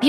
美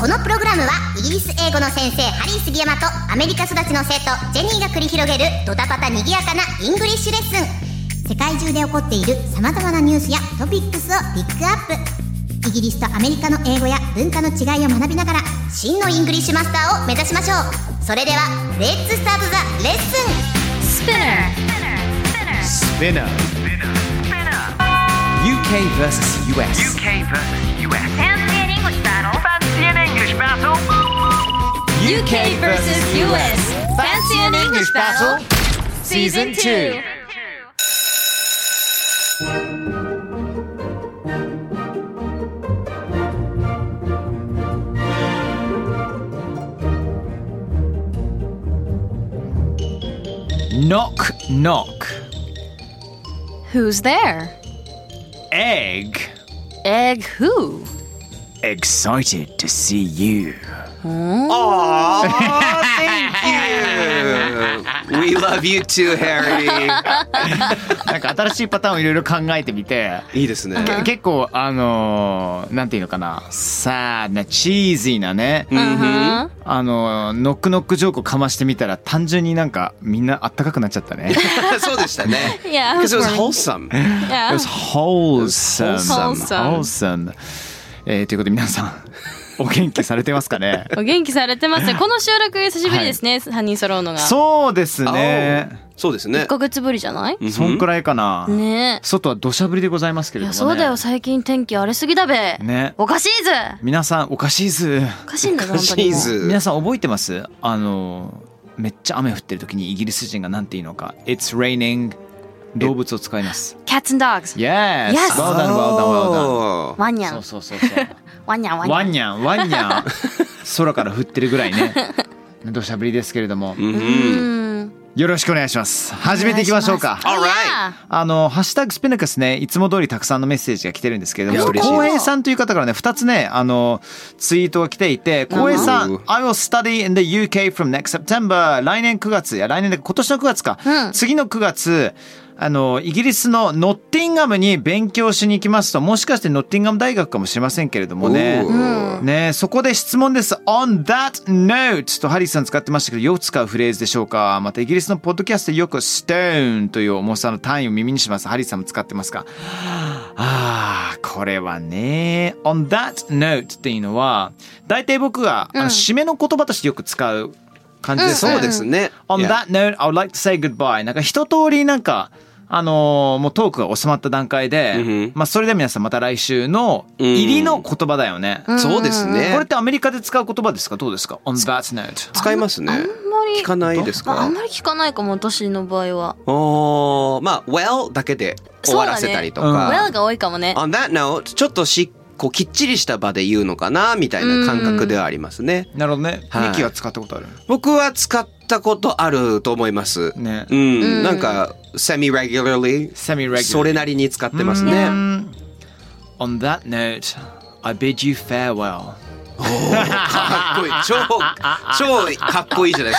このプログラムはイギリス英語の先生ハリー杉山とアメリカ育ちの生徒ジェニーが繰り広げるドタパタにぎやかなイングリッシュレッスン世界中で起こっている様々なニュースやトピックスをピックアップイギリスとアメリカの英語や文化の違いを学びながら真のイングリッシュマスターを目指しましょうそれではレッツスタートザレッスン Spinner. UK versus US. UK versus US. Fancy an English battle. Fancy an English battle. UK versus US. Fancy an English battle? Season 2. Knock, knock. Who's there? Egg. Egg who? Excited to see you. We love you too, Harry. なんか新しいパターンをいろいろ考えてみ て。いいですね。結構あのーなんていうのかなさあなチーズィーなね、あのーノックノックジョークをかましてみたら単純になんかみんなあったかくなっちゃったね そうでしたね。 Yeah. Because it was wholesome. It was wholesome Wholesome wholesome えーということで皆さんお元気されてますかね お元気されてますね。この収録久しぶりですね。三、人 揃うのが。そうですねそうですね1。ヶ月ぶりじゃない？そんくらいかな、ね外は土砂降りでございますけえ。いれどもやねそうだよ。最近天気荒れすぎだべ。ねおかしいず。皆さんおかしいずおかしいんだぞ本当チにもーう。ズ。皆さん覚えてますあのめっちゃ雨降ってる時にイギリス人がなんて言うのか「It's raining」動物を使います。 Cats and dogs。 Yes! Well done, Yes! well done, well おーワ done. ニャそうン。そうそうそう。ワニャンワニワャン。ンニャン、ワンニ ャン。空から降ってるぐらい ね。土砂降りですけれども、うん。よろしくお願いします。始めていきましょうか。 All right. あの、ハッシュタグスピナクスね、いつも通りたくさんのメッセージが来てるんですけれどいやも、嬉しい浩平さんという方からね、2つね、あの、ツイートが来ていて、浩平さうんん、 I will study in the UK from next September. 来年9月、いや、来年で今年の9月か。次の9月、あの、イギリスのノッティンガムに勉強しに行きますと、もしかしてノッティンガム大学かもしれませんけれどもね。おーねえそこで質問です。On that note とハリーさん使ってましたけど、よく使うフレーズでしょうかまたイギリスのポッドキャストでよく stone という重さの単位を耳にします。ハリーさんも使ってますかああ、これはね。On that note っていうのは、大体僕が、あの締めの言葉としてよく使う感じですね。そうですね。 On Yeah. that note, I would like to say goodbye. なんか一通りなんか、あのーもうトークが収まった段階で、 Mhm. まあそれでは皆さんまた来週の入りの言葉だよね。そうですこれっね。てアメリカで使う言葉ですかどうですか ?on that note。使いますね。聞かないですまああかん。まり聞かないかも私の場合は。おーまあ well だけで終わらせたりとそうだね Well か。が多いかもね。 On that note ちょっとしこうきっちりした場で言うのかなみたいな感覚ではありますね。なるほどね。はいミキは使ったことある。僕は使ったことあると思います。ねう。ん、なんか semi regularly semi regular。それなりに使ってますね。 on that note, I bid you farewell. かっこいい超超かっこいいじゃないで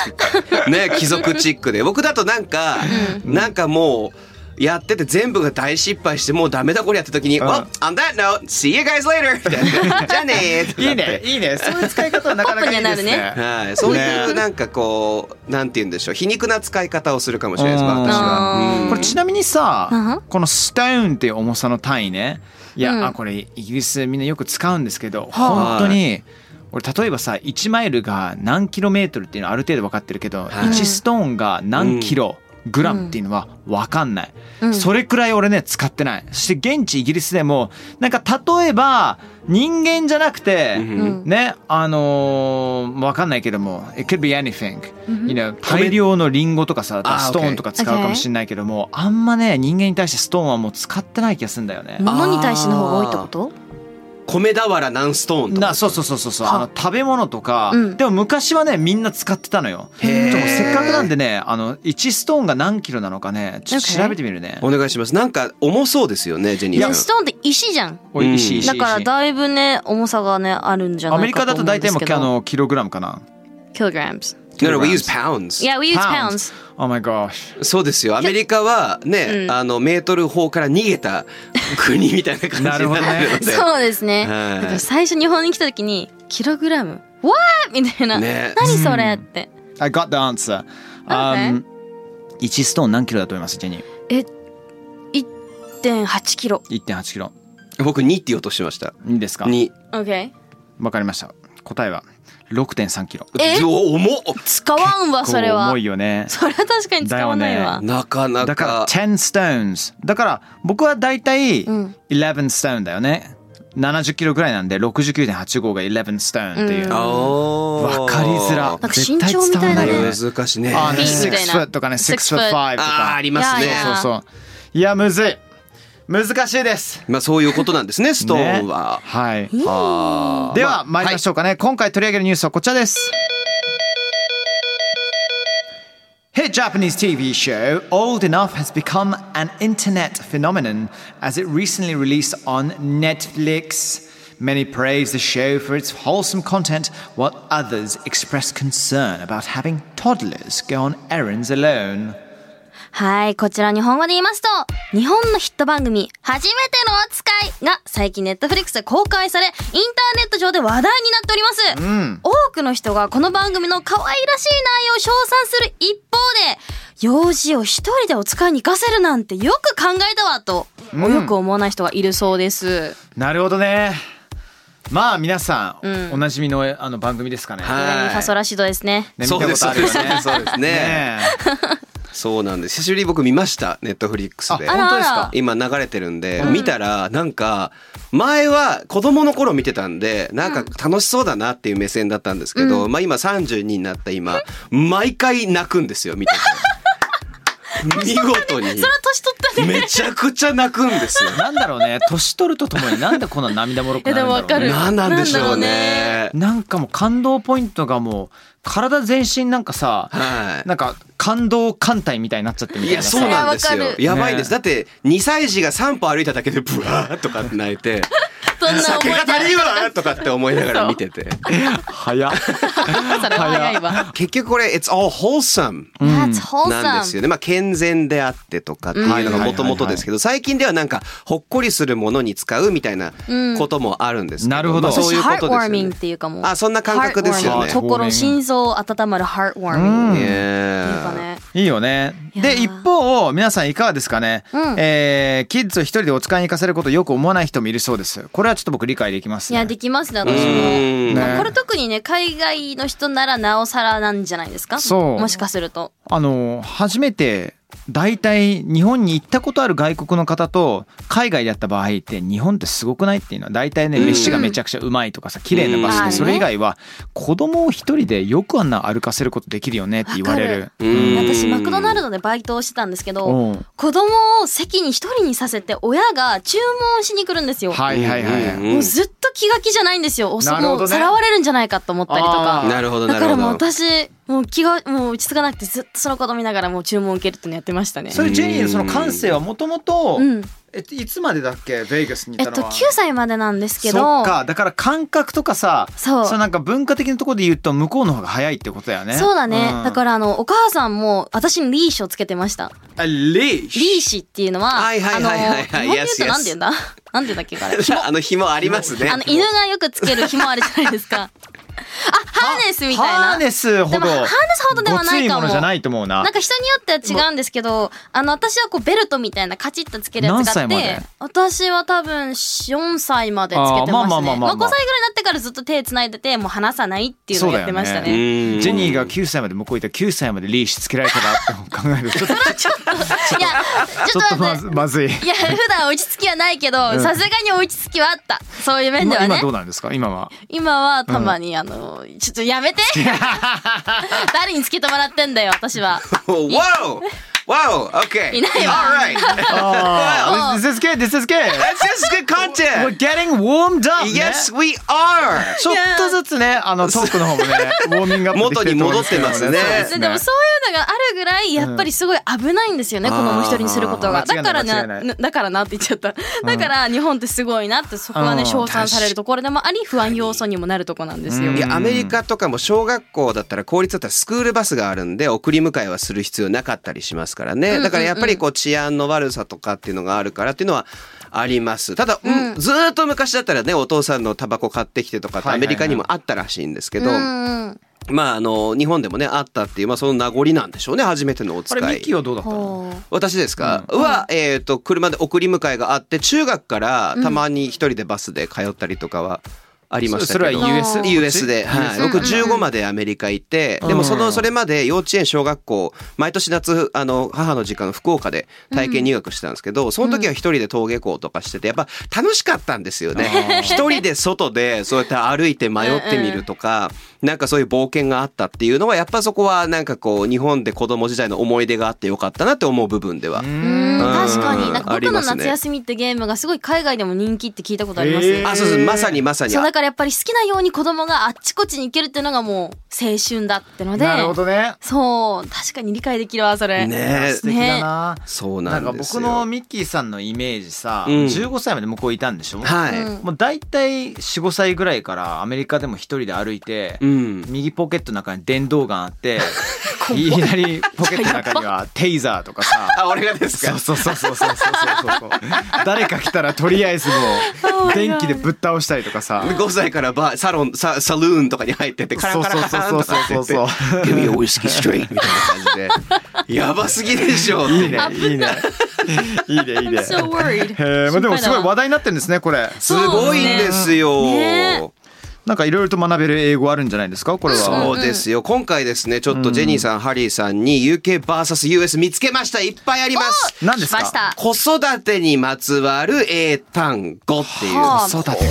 すか。ね貴族チックで僕だとなんか、なんかもうやってて全部が大失敗してもうダメだこれやった時に「ん Well on that note see you guys later」みた いな「じゃあねー」っていなっいねて。、いいね。そういう使い方はなかなかいい ですポップにね。はい、そういねうなんかこう、なんて言うんでしょう皮肉な使い方をするかもしれないです私は。これちなみにうんさ、この stone っていう重さの単位ね。いや、あこれイギリスみんなよく使うんですけど、本当に。俺例えばさ1マイルが何キロメートルっていうのはある程度分かってるけど、はい1ストーンが何キログラムっていうのは分かんない、それくらい俺ね使ってないそして現地イギリスでもなんか例えば人間じゃなくて、ねあのー、分かんないけども「It could be anything」you know 大量のリンゴとかさあーストー OK ンとか使うかもしれないけどもあんまね人間に対してストーンはもう使ってない気がするんだよね。物に対しての方が多いってこと？米俵何ストーンとかなそうそうそうそうそうあの食べ物とか、でも昔はねみんな使ってたのよちょっともうせっかくなんでねあの1ストーンが何キロなのかねちょっと Okay 調べてみるねお願いしますなんか重そうですよねジェニーねさんストーンって石じゃん。おいしいしだからだいぶね重さがねあるんじゃアメないリカかとだと思うん大で体すもけうあど。のキログラムかな kilograms。 No, no, we use pounds Yeah, we use pounds. Oh my gosh そうですよアメリカはね、うんあのメートル法から逃げ た国みたいな感じになってるのでなるほ そうですね。はいだから最初日本に来た時にキログラム。わーみたいな。ね何それって。 I got the answer、 Okay 1ストーン何キロだと思いますジェニー1.8キロ。 1.8キロ僕2って言おうとしてましたいいですか2 OK。わかりました答えは6.3キロえお重っ使わんわそれこうは重い。よねそれは確かに使わないわ。なかなかだから10 stones だから僕はだいたい11ん stone だよね70キロぐらいなんで69.85が11 stone っていう、あーわかりづらんか身長みたい絶対伝だねわんなよ難しいねあのフィー6みたいな foot とかね6 six foot 5 foot とあーかありますねいやいやそうそういやむずい難しいですまあそういうことなんですねストーンは、ねはいでは参りましょうかね、今回取り上げるニュースはこちらです Hit Japanese TV show Old Enough has become an internet phenomenon as it recently released on Netflix. Many praise the show for its wholesome content, while others express concern about having toddlers go on errands alone. はい、こちら日本語で言いますと、日本のヒット番組、初めてのお使いが最近ネットフリックスで公開され、インターネット上で話題になっております。Hmm. 多くの人がこの番組の可愛らしい内容を称賛する一方で、用事を一人でお使いに行かせるなんてよく考えたわと、よく思わない人がいるそうです。なるほどね。まあ皆さん、おなじみのあの番組ですかね。はい南ファソラシドですね。ねそうですそうですねそうですねねえそうなんです久しぶりに僕見ましたネットフリックスであ本当ですあらかあら今流れてるんで、見たらなんか前は子供の頃見てたんでなんか楽しそうだなっていう目線だったんですけど、まあ今32になった今毎回泣くんですよ見てて見事にそれは年取ったね。めちゃくちゃ泣くんです よなんだろうね年取るとともになんでこんな涙もろくなるんだろう、ね、いやでもわか何るなんでしょうなねなんかもう感動ポイントがもう体全身なんかさはいなんか感動艦隊みたいになっちゃってみたいいなやさそうなんですいやわよかるやばいです、ねだって2歳児が3歩歩いただけでブワーとかって泣いてそんな酒思いが足出りんわとかって思いながら見てて早っそれは早いわ。結局これ It's all wholesome That's なんです wholesome. よねまあ健全であってとかっていうのがもともとですけど最近ではなんかほっこりするものに使うみたいなこともあるんですけどなるほまどあそういうこハーとトウでォすーよミンねグっていうかもうあそんな感覚ですよね heartwarming 心心臓温まるハートウォーミングっていう Yeah かねいいよねいやでー一方皆さんいかがですかね、うんえーキッズを一人でお使いに行かせることをよく思わない人もいるそうですこれはちょっと僕理解できますいねやできますねう私もーんねこれ特にね海外の人ならなおさらなんじゃないですかそうもしかするとあの初めて大体日本に行ったことある外国の方と海外でやった場合って日本ってすごくないっていうのは大体ねうん飯がめちゃくちゃうまいとかさ綺麗な場ま所あでねそれ以外は子供を一人でよくあんな歩かせることできるよねって言われるわ。うーん私マクドナルドでバイトをしてたんですけどうん子供を席に一人にさせて親が注文しに来るんですよはいはいはいはい。もうずっと気が気じゃないんですよおなるほどねもうさらわれるんじゃないかと思ったりとあかーなるほどなだるほからどもう私もう気がもう落ち着かなくてずっとその子供見ながらもう注文を受けるっていうのやってましたね。それジェニーのその感性はもともとうん、えっといつまでだっけベイガスにいえったのと9は。歳までなんですけどそっかだから感覚とかさそうなんか文化的なところで言うと向こうの方が早いってことだよね。そうだね、だかららあのお母さんも私にリーシをつけてましたリーシリーシっていうのははいはいはいはいあの日本で言う Yes, yes となんて言うんだなんて言うんだっけあれあの紐ありますねあの犬がよくつける紐あるじゃないで すかあハーネスみたいなハーネスほどでもハーネスほどではないかごついもものじゃないと思うななんか人によっては違うんですけど、あの私はこうベルトみたいなカチッとつけるやつがあ何歳っまでて、私は多分4歳までつけてましたあね。まーあまあまあまあまあ5歳ぐらいになってからずっと手繋いでて、もう離さないっていうのをやってましたそうだよね。うんジェニーが9歳まで向こういた9歳までリーシつけられたらって考えるとちょっとちょいや、ちょっっととま待ずって。まずい。いや、普段落ち着きはないけど、んさすがに落ち着きはあった。そういう面で今今はねど。うなんですか今は。今はたまに、あの、ちょ っとやめて誰につけてもらってんだよ、私は。 Wow! Wow. Okay. いないわ All right. Oh, this, this is good. This is good. That's We're just good content. getting warmed up. ね Yes, we are. ちょっとずつね、あのトークの方もね、ウォーミングアップできると思うんけど元に戻ってますねそうででもそういうのがあるぐらいやっぱりすごい危ないんですよね、うん子供一人にすることあがー間違だいない間からな違いないなだからなって言っちゃっただから日本ってすごいなってそこはうねん称賛されるところでもあり不安要素にもなるとこなんですよ、うんいやアメリカとかも小学校だったら公立だったらスクールバスがあるんで送り迎えはする必要なかったりしますからねだからやっぱりこう治安の悪さとかっていうのがあるからっていうのはありますただ、うんずーっと昔だったらねお父さんのタバコ買ってきてとかってはいはアいはメいリカにもあったらしいんですけど、うんうんまああの日本でもねあったっていう、まあ、その名残なんでしょうね初めてのおあ使れミいッ。キーはどうだったの？ほう私ですか、は、えっ、と、車で送り迎えがあって、中学からたまに一人でバスで通ったりとかはありましたけど。そそれは US こっち ?US で。はい。僕15までアメリカ行って、でもその、それまで幼稚園、小学校、毎年夏、あの、母の実家の福岡で体験入学してたんですけど、その時は一人で登下校とかしてて、やっぱ楽しかったんですよね。一人で外で、そうやって歩いて迷ってみるとか、なんかそういう冒険があったっていうのは、やっぱそこはなんかこう、日本で子供時代の思い出があってよかったなって思う部分では。うん確かうにんなんかあり僕まのすね夏休みってゲームがすごい海外でも人気って聞いたことあります、へーあ、そうそう、まさにまさに。そうだからやっぱり好きなように子供があっちこっちに行けるっていうのがもう青春だってのでなるほどね。そう確かに理解できるわそれね素敵だな。そうななんかんです僕よ。のミッキーさんのイメージさ、うん15歳まで向こういたんでしょ？はい。うんもう大体45歳ぐらいからアメリカでも一人で歩いてう、ん。右ポケットの中に電動ガンあ って、左ポケットの中 にはテイザーとかさ。あ、俺がですそうか。そうそうそうそうそうそうそう 誰か来たらとりあえずもう電気でぶっ倒したりとかさ5歳からバーサロンササルーンとかに入ってってカランカランカランとかって言ってそうそう「Give me a whiskey straight」みた いな感じでやばすぎでしょいい ねいいねいいねいいね so worried へえまあでもすごい心配だ話わ題になってるんですねこれすごいんですよ。ねなんかいろいろと学べる英語あるんじゃないですかこれはそうですよ今回ですねちょっとジェニーさん、ハリーさんに UKVSUS 見つけましたいっぱいあります何です来ましかた子育てにまつわる英単語っていうはあ子育て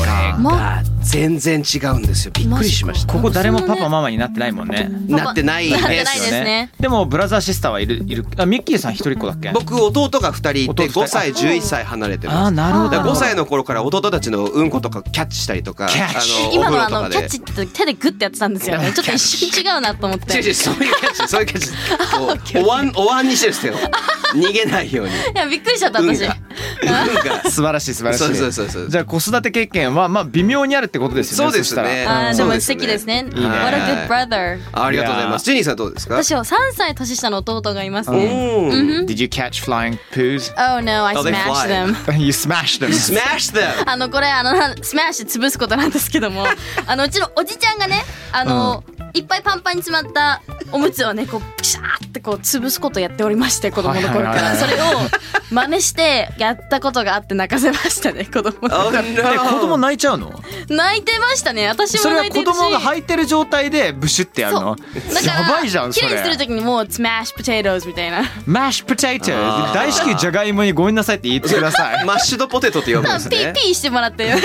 もうが全然違うんですよびっくりしましたここ誰もパパママになってないもんねなってないなってでないすですねでもブラザーシスターはいるいるあミッキーさん一人っ子だっけ僕弟が二人い弟て二人5歳11歳離れてああますなるほどだ5歳の頃から弟たちのうんことかキャッチしたりとかキャッチあのお今風の呂あとかのでキャッチって手でグッてやってたんですよねちょっと一瞬違うなと思っ違てう違うそういうキャッチそういうキャッチこうお椀お椀にしてるんですよ 逃げないようにいやびっくりしちゃった運私が運が素晴らしい素晴らしいそうそうそうそうじゃあ子育て経験はまあ微妙にあるってことですよねそうですしねたらあーでそうもです素敵ですねいいね What a good brother ありがとうございますジェニーさんどうですか私は3歳年下の弟がいますうねん Did you catch flying poos? Oh no I Oh, they smashed fly. them you smashed them. Smash them あのこれあのなスマッシュ潰すことなんですけど もあのうちのおじちゃんがねあの、いっぱいパンパンに詰まったおむつをねこうピシャーってこう潰すことをやっておりまして子供のはい頃かはいはいらそれを真似してやったことがあって泣かせましたね子供 Oh え子供 no 泣いちゃうの泣いてましたね私そもれは泣い子てるし供が履いてる状態でブシュってやるのだからやばいじゃんそ綺麗にするれ時にもうスマッシュポテトズみたいなマッシュポテト大好きじゃがいもにごめんなさいって言ってくださ いマッシュドポテトって呼ぶん多です分ピねーピーしてもらって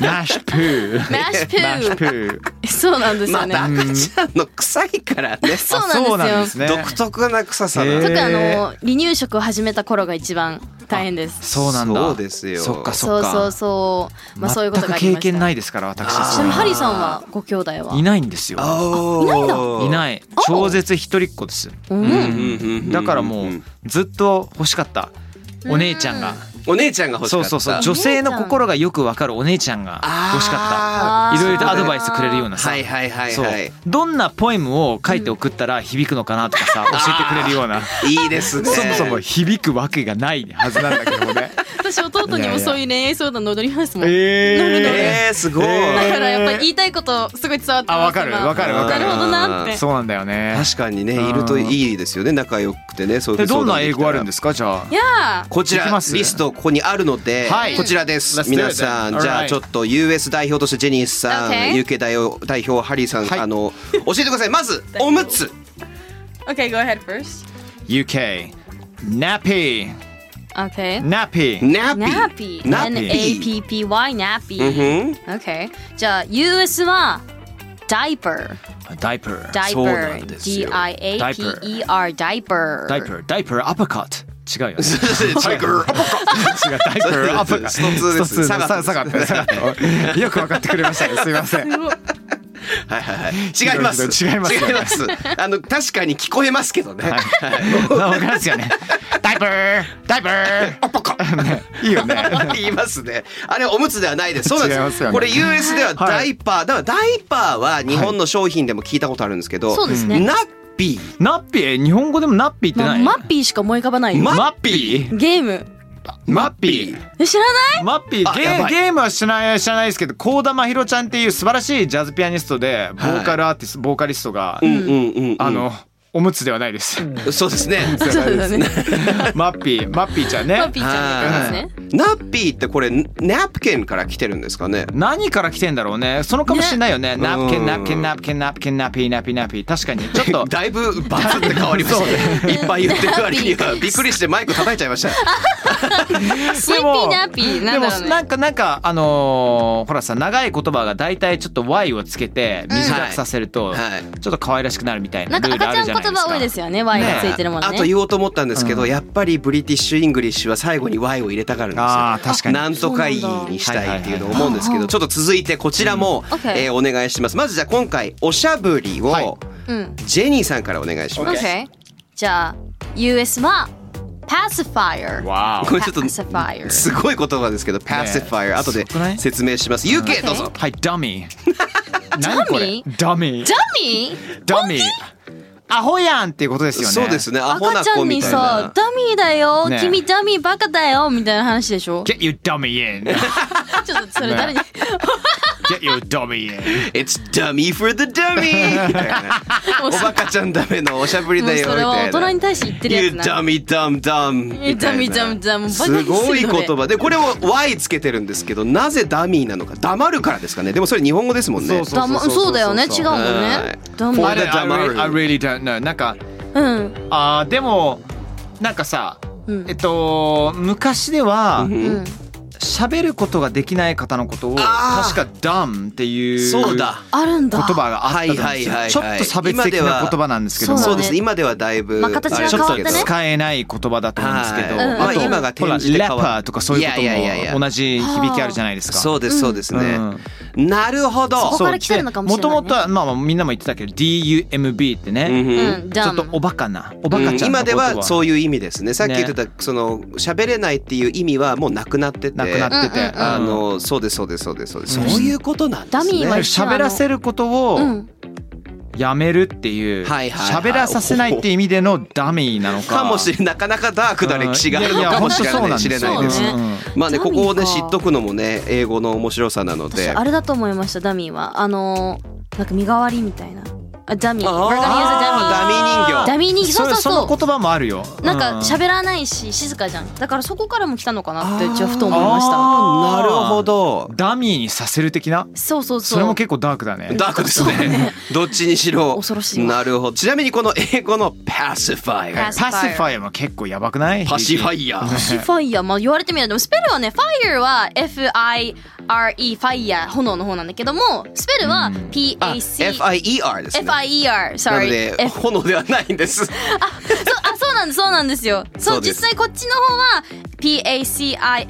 マッシュプーマッシュプマッシュプーーそうなんですまよあね、赤ちゃんの臭いからねそうあなんですよね独特な臭さへーだ特にあの離乳食を始めた頃が一番大変ですそうなんだそうですよそっかそそっうかそうそう。まあそういうことがあり全まくした。。経験ないいですからちなみ私。にハリーさんはご兄弟はいないんですよあいないんだいない超絶一人っ子ですうん。だからもうずっと欲しかったお姉ちゃんがお姉ちゃんが欲しそうかったそうそう女性の心がよくわかるお姉ちゃんが欲しかっあたーいろいろとアドバイスくれるようなーさはいはいはいそうはいどんなポエムを書いて送ったら響くのかなとかさ教えてくれるようないいです ねそもそも響くわけがないはずなんだけどもね私弟にもそういう恋愛相談の踊りますもん。え えー、すごい、えだからやっぱり言いたいことすごい伝わってます。あわかる今わかるわかるなるほどなって。そうなんだよね確かにねいるといいですよね仲良くてねそういうでどんな英語あるんすですかじゃあいやこちいきらますリストここにあるので、はいこちらです Let's do it 皆さ then. ん Alright. じゃあちょっと US 代表としてジェニーさん、 Okay. UK 代表代表ハリーさん、はいあの教えてくださいまずおむつー。Okay, go ahead first. UK nappy Okay. nappy ナピ Nappy. Nappy N A P P Y う nappy. んふん Okay. じゃあ US は diaper ダイパー。そうなん diaper ですよ。ダイパー。 d-i-a-p-e-r diaper ダイパー、ダイパー、アッパーカット。 違うよね。タイガーアッパーカット違う、ダイパー、アッパーカット。ストツーですストツーのさサ下がガッっトてでる、す下がってるよく分かってくれましたね。 すみません。はいはいはい違います違いますよね違いますあの確かに聞こえますけどね、分かりますよね。ダイパー、ダイパー、 アッパーカット。 いいよね。 言いますね。あれはおむつではな いです。そうなんです違いよ。ますよねこれ US でははいダイパー、だからダイパーは日本の商品でも聞いたことあるんですけど、そうですねナッピー、ナッピー、日本語でもナッピーってまあないマッピーしか思い浮かばないよママッピーゲームマッピーえ知らないマッピーあゲやばーいゲームは知らない知らないですけど幸田真尋ちゃんっていう素晴らしいジャズピアニストでボーカルアーティスト、ボーカリストが、うんうんうん、あのおむつではないです。そうですね。そうだね マッピー、マッピーちゃんね。マッピーちゃんではすねい。ナッピーってこれナプキンから来てるんですかね。何から来てんだろうね。そのかもしれないよね。ナプキうン、ん。ナプキン、ナプキン、ナプキン、ナピー、ナピー、ナピー。確かに。ちょっと だいぶバツって変わりましたね。いっぱい言ってる割にはびっくりしてマイク叩いちゃいました。スイピーナッピーなでんもだろうねなんかなんかあのーほらさ長い言葉が大体ちょっと Y をつけて短くさせるとはいはいちょっと可愛らしくなるみたいななんかルールあ赤るちじゃゃんない言葉多いでですすよね Y がついてるもんねあと言おうと思ったんですけど、やっぱりブリティッシュ・イングリッシュは最後に Y を入れたがるんですよ。あー確かになんとか E にしたいっていうのを思うんですけど、ちょっと続いてこちらも、うん OK えーお願いします。まずじゃあ今回、おしゃぶりはいをうんジェニーさんからお願いします。 OK じゃあ US は pacifier わこれちょっと pacifier すごい言葉ですけど、パシファイア、後すでごくない説明します。UK どうぞ。おはいダ ミー何これダミーダミーダミーアホやんっていうことですよねそうですね、アホな赤ちゃ子んみにたいなさ。ダミーだよねえ君ダミーバカだよみたいな話でしょ Get your dummy in ちょっとそれ誰に Get your dummy in It's dummy for the dummy! みたいなおバカちゃんダメのおしゃぶりもだうよそみれはた大人。いなに対して言ってる You やつな dummy dumb dumb みたいな You dummy dumb dumb すごバいカにする言の葉でこれを Y つけてるんですけどなぜダミーなのか黙るからですかねでもそれ日本語ですもんねそうだまそうだよね違うもんはねいダミ こ I れ don't- ー I 黙 really, る I really don't know なんかうんあーでもなんかさ、うんえっと昔ではうん喋ることができない方のことをあ確ーか「dumb」っていうそう言だあるんだ葉があったと思うんはいはいですよはいはいちょっと差別的な言葉なんですけども今そはうですね今ではだいぶまあ形がちちょょっっと変とわってね使えない言葉だと思うんですけど、はいまあ今がほら転じてレ変パわーとかそういうこといやいやいやいやも同じ響きあるじゃないですか。そうですそうですねうんなるほどここから来てるのかもしれないねもともとは、まあ、みんなも言ってたけど DUMB ってうんね、うんうんちダょっとムおバカなおバカちゃんの今ではことはそういう意味ですねさっき言ってたその喋れないっていう意味はもうなくなっててなくなってて、うんうんうんあのそうですそうですそうですそうですうんそういうことなんですダねミーは一応あの喋らせることを、うんやめるっていうはいはいはい喋らさせないって意味でのダミーなのかかもしれなかなかダークな歴史があるのいやいかやもしれ本ない当知そうれんですよないですそうねまあねダミこーこをねか知っとくのもね英語の面白さなの私であれだと思いましたダミーはあのーなんか身代わりみたいなあダミー We're gonna use a ダミー人 dummy 形ダミー人形そうそうそのそう言葉もあるよなんかる喋らないし静かじゃんだからそこからも来たのかなってうちはふと思いましたあーなるほどダミーにさせる的なそうそうそそうれも結構ダークだねダークで すねどっちにしろ恐ろしいわなるほどちなみにこの英語のパシファイアパシパシファイアも結構やばくないパシファイイアパシファイヤー、まあ、言われてみればでもスペルはねファイヤーは FIRE ファイヤー炎の方なんだけどもスペルは PAC、あ FIER ですね FIER なの sorry で F 炎ではないんですそうあそうなんですそうなんですよそうそうです実際こっちの方は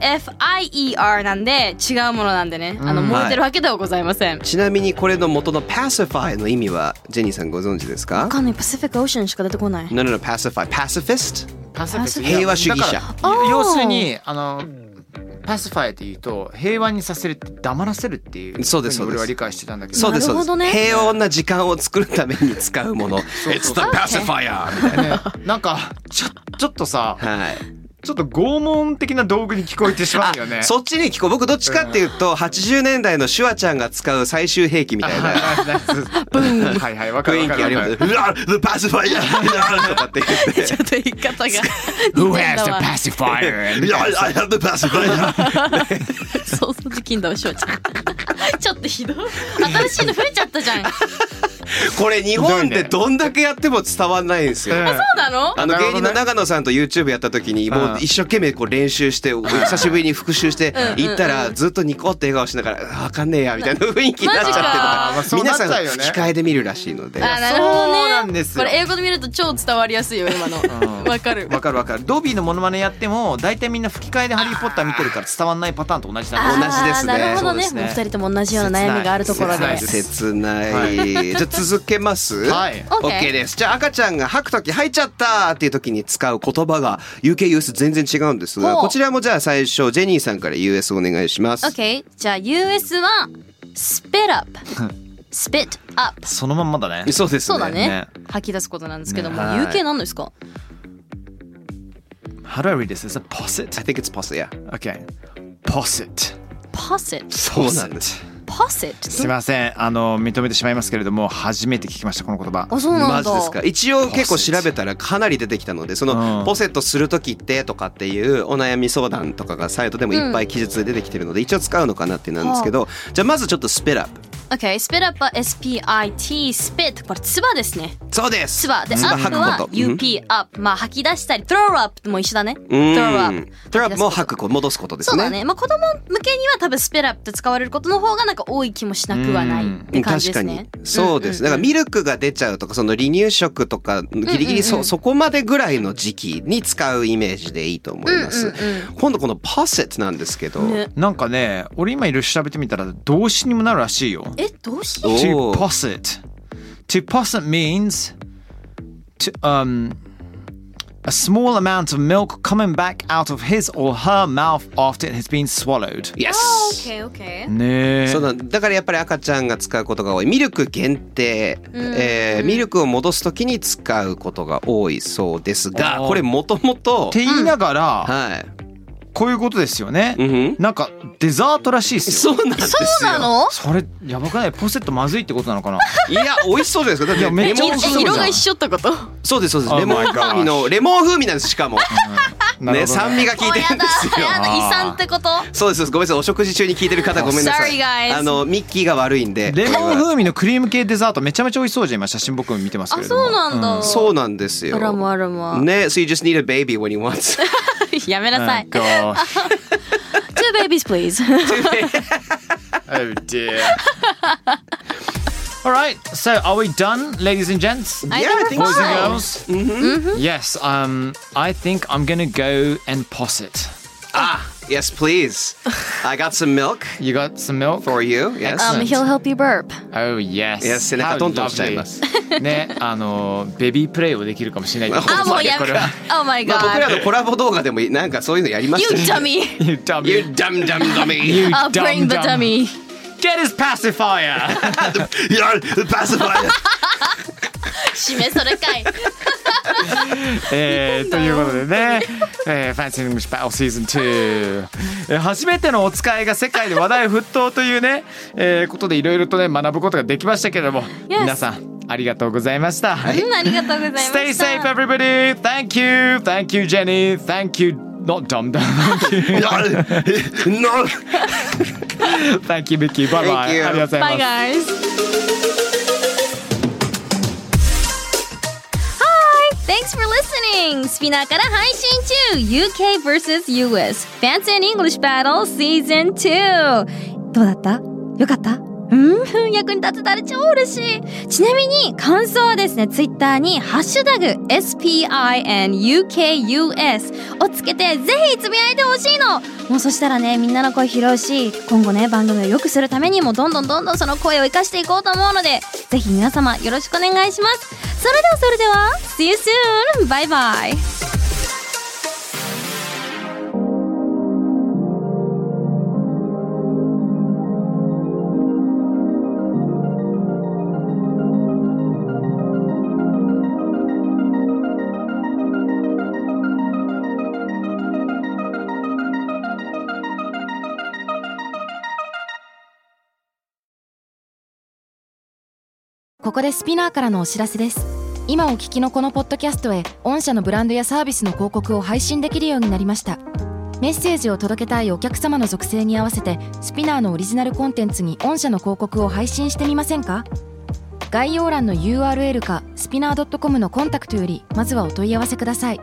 PACIFIER なんで違うものなんでねあの燃えてるわけではございません、ちなみにこれの元のパシファイの意味はジェニーさんご存知ですか他のパシフィックオーシャンしか出てこないなるのパシファイパシフィストパシファイア平和主義者だから要するにあのパシファイアって言うと平和にさせるって黙らせるっていうそうですふにそうです俺は理解してたんだけどそうですなそるうでほすどね平穏な時間を作るために使うもの It's the pacifier みたいなねなんかちょちょっとさはいちょっと拷問的な道具に聞こえてしまうよね そっちに聞こう僕どっちかっていうと80年代のシュワちゃんが使う最終兵器みた いなはいはいわかる雰わか囲気るあります。うわ The pacifier とかって言 っちょてっと言い方が Who 似てん has だ the わ pacifier? いや I have the pacifier ソーセージキンダムしょうちゃんちょっとひどい新しいの増えちゃったじゃんこれ日本でどんだけやっても伝わんないんですよ。そうなのあの芸人の長野さんと YouTube やった時にもう一生懸命こう練習して久しぶりに復習して行ったらずっとニコって笑顔しながら「わかんねえや」みたいな雰囲気になっちゃってるマジかまあかそうな皆っちさんゃうよね吹き替えで見るらしいので。あなるほどねそうなんですよこれ英語で見ると超伝わりやすいよ今のうんわかるわかるわかるドビーのモノマネやっても大体みんな吹き替えで「ハリー・ポッター」見てるから伝わんないパターンと同じだあー同じですねなるほそどねうですねもう二人とも同じような悩みがあるところ切なでいです切ない。じゃあ続けます。はいオッケーです。じゃあ赤ちゃんが吐くとき吐いちゃったっていうときに使う言葉が UK US 全然違うんですが、ほうこちらもじゃあ最初ジェニーさんから US お願いします。 OK じゃあ US は spit up spit up そのまんまだねそうですね。そうだねね吐き出すことなんですけどもねはい UK 何ですか How do I read this? It's a posset I think it's possible. Yeah. Okay Posset Posset そうなんです。す Posset いませんあの認めてしまいますけれども初めて聞きましたこの言葉あそうなマんジだですか。一応結構調べたらかなり出てきたので、そのうんポセットするときってとかっていうお悩み相談とかがサイトでもいっぱい記述で出てきてるので、一応使うのかなってなんですけど、じゃあまずちょっとスペラップ。 OK spit up は SPIT spit これ唾ですねそうです。唾で up 唾吐くはことうん UP up まあ吐き出したり throw up も一緒だねうん throw up トラップも吐くこと戻すことですそうね。だね、まあ、子供向けには多分スペラップと使われることの方がなんか多い気もしなくはないって感じですね。確かにそうです、だからミルクが出ちゃうとかその離乳食とかギリギリそ,、そこまでぐらいの時期に使うイメージでいいと思います、今度このパセットなんですけど、ねなんかね俺今いろいろ調べてみたら動詞にもなるらしいよえどうしようお To ー posset. To posset means to um a small amount of milk coming back out of his or her mouth after it has been swallowed. Yes あー OKOK ねえ。そうなんだからやっぱり赤ちゃんが使うことが多いミルク限定、えーミルクを戻す時に使うことが多いそうですがおーこれもともとって言いながら、はい、こういうことですよね。うんふんなんかデザートらしいですよ。そうなんですそようなのそれやばくないポセットまずいってことな のかないや美味しそうじゃないですかだっていやめっちゃ美味しそうじゃんえ色が一緒ってことそうですそうです Oh レモン my gosh 風味のレモン風味なんですしかも、 なねるほど酸味が効いてるんですよやだあー遺産ってことそうですそうですごめんなさいお食事中に聞いてる方ごめんなさい Sorry, guys あのミッキーが悪いんでレモン風味のクリーム系デザートめちゃめちゃ美味しそうじゃん今写真僕見てますけあれども。そうなんだ、そうなんですよあらもあらも、ね So you just need a baby when you want やめなさい、 Oh gosh. Two babies please Oh dear. All right, so are we done, ladies and gents? I Yeah, I think never so. Boys and find. girls? Yes, um, I think I'm gonna go and posset. Ah yes please I got some milk You got some milk? for you Yes Um, he'll help you burp Oh, yes. Yes, 背中 How トントンしちゃ lovely. いますね、あの、ベビープレイをできるかもし れないってことあですもうねやこめれは Oh my まあ僕ら god のコラボ動画でもなんかそういうのやりま You したね dummy You dumb. You dumb dumb dummy you I'll bring the dumb. dummy Get his pacifier! You're the pacifier 締めそれかいえー、ということでね、えー、ファンシー・イングリッシュ・バトル・シーズン2、えー、初めてのお使いが世界で話題沸騰というね、えー、ことでいろいろとね学ぶことができましたけれども、 Yes 皆さんありがとうございました。うんありがとうございました Stay safe, everybody! Thank you! Thank you, Jenny! Thank you, not dumb dumb! No Thank you, Mickey! Bye bye! Thank you. ありがとうございます。 Bye guys. Hi, Thanks for listening! スピナーから配信中 UK vs.US Fancy and English Battle Season 2! どうだったよかったうん 役に立てたら超嬉しいちなみに感想はですね、ツイッターにハッシュタグ SPINUKUS をつけてぜひつぶやいてほしいのもうそしたらね、みんなの声拾うし、今後ね、番組を良くするためにもどんどんどんどんその声を生かしていこうと思うので、ぜひ皆様よろしくお願いします。それではそれでは、See you soon! バイバイここでスピナーからのお知らせです今お聞きのこのポッドキャストへ御社のブランドやサービスの広告を配信できるようになりましたメッセージを届けたいお客様の属性に合わせてスピナーのオリジナルコンテンツに御社の広告を配信してみませんか概要欄の URL かスピナー .com のコンタクトよりまずはお問い合わせください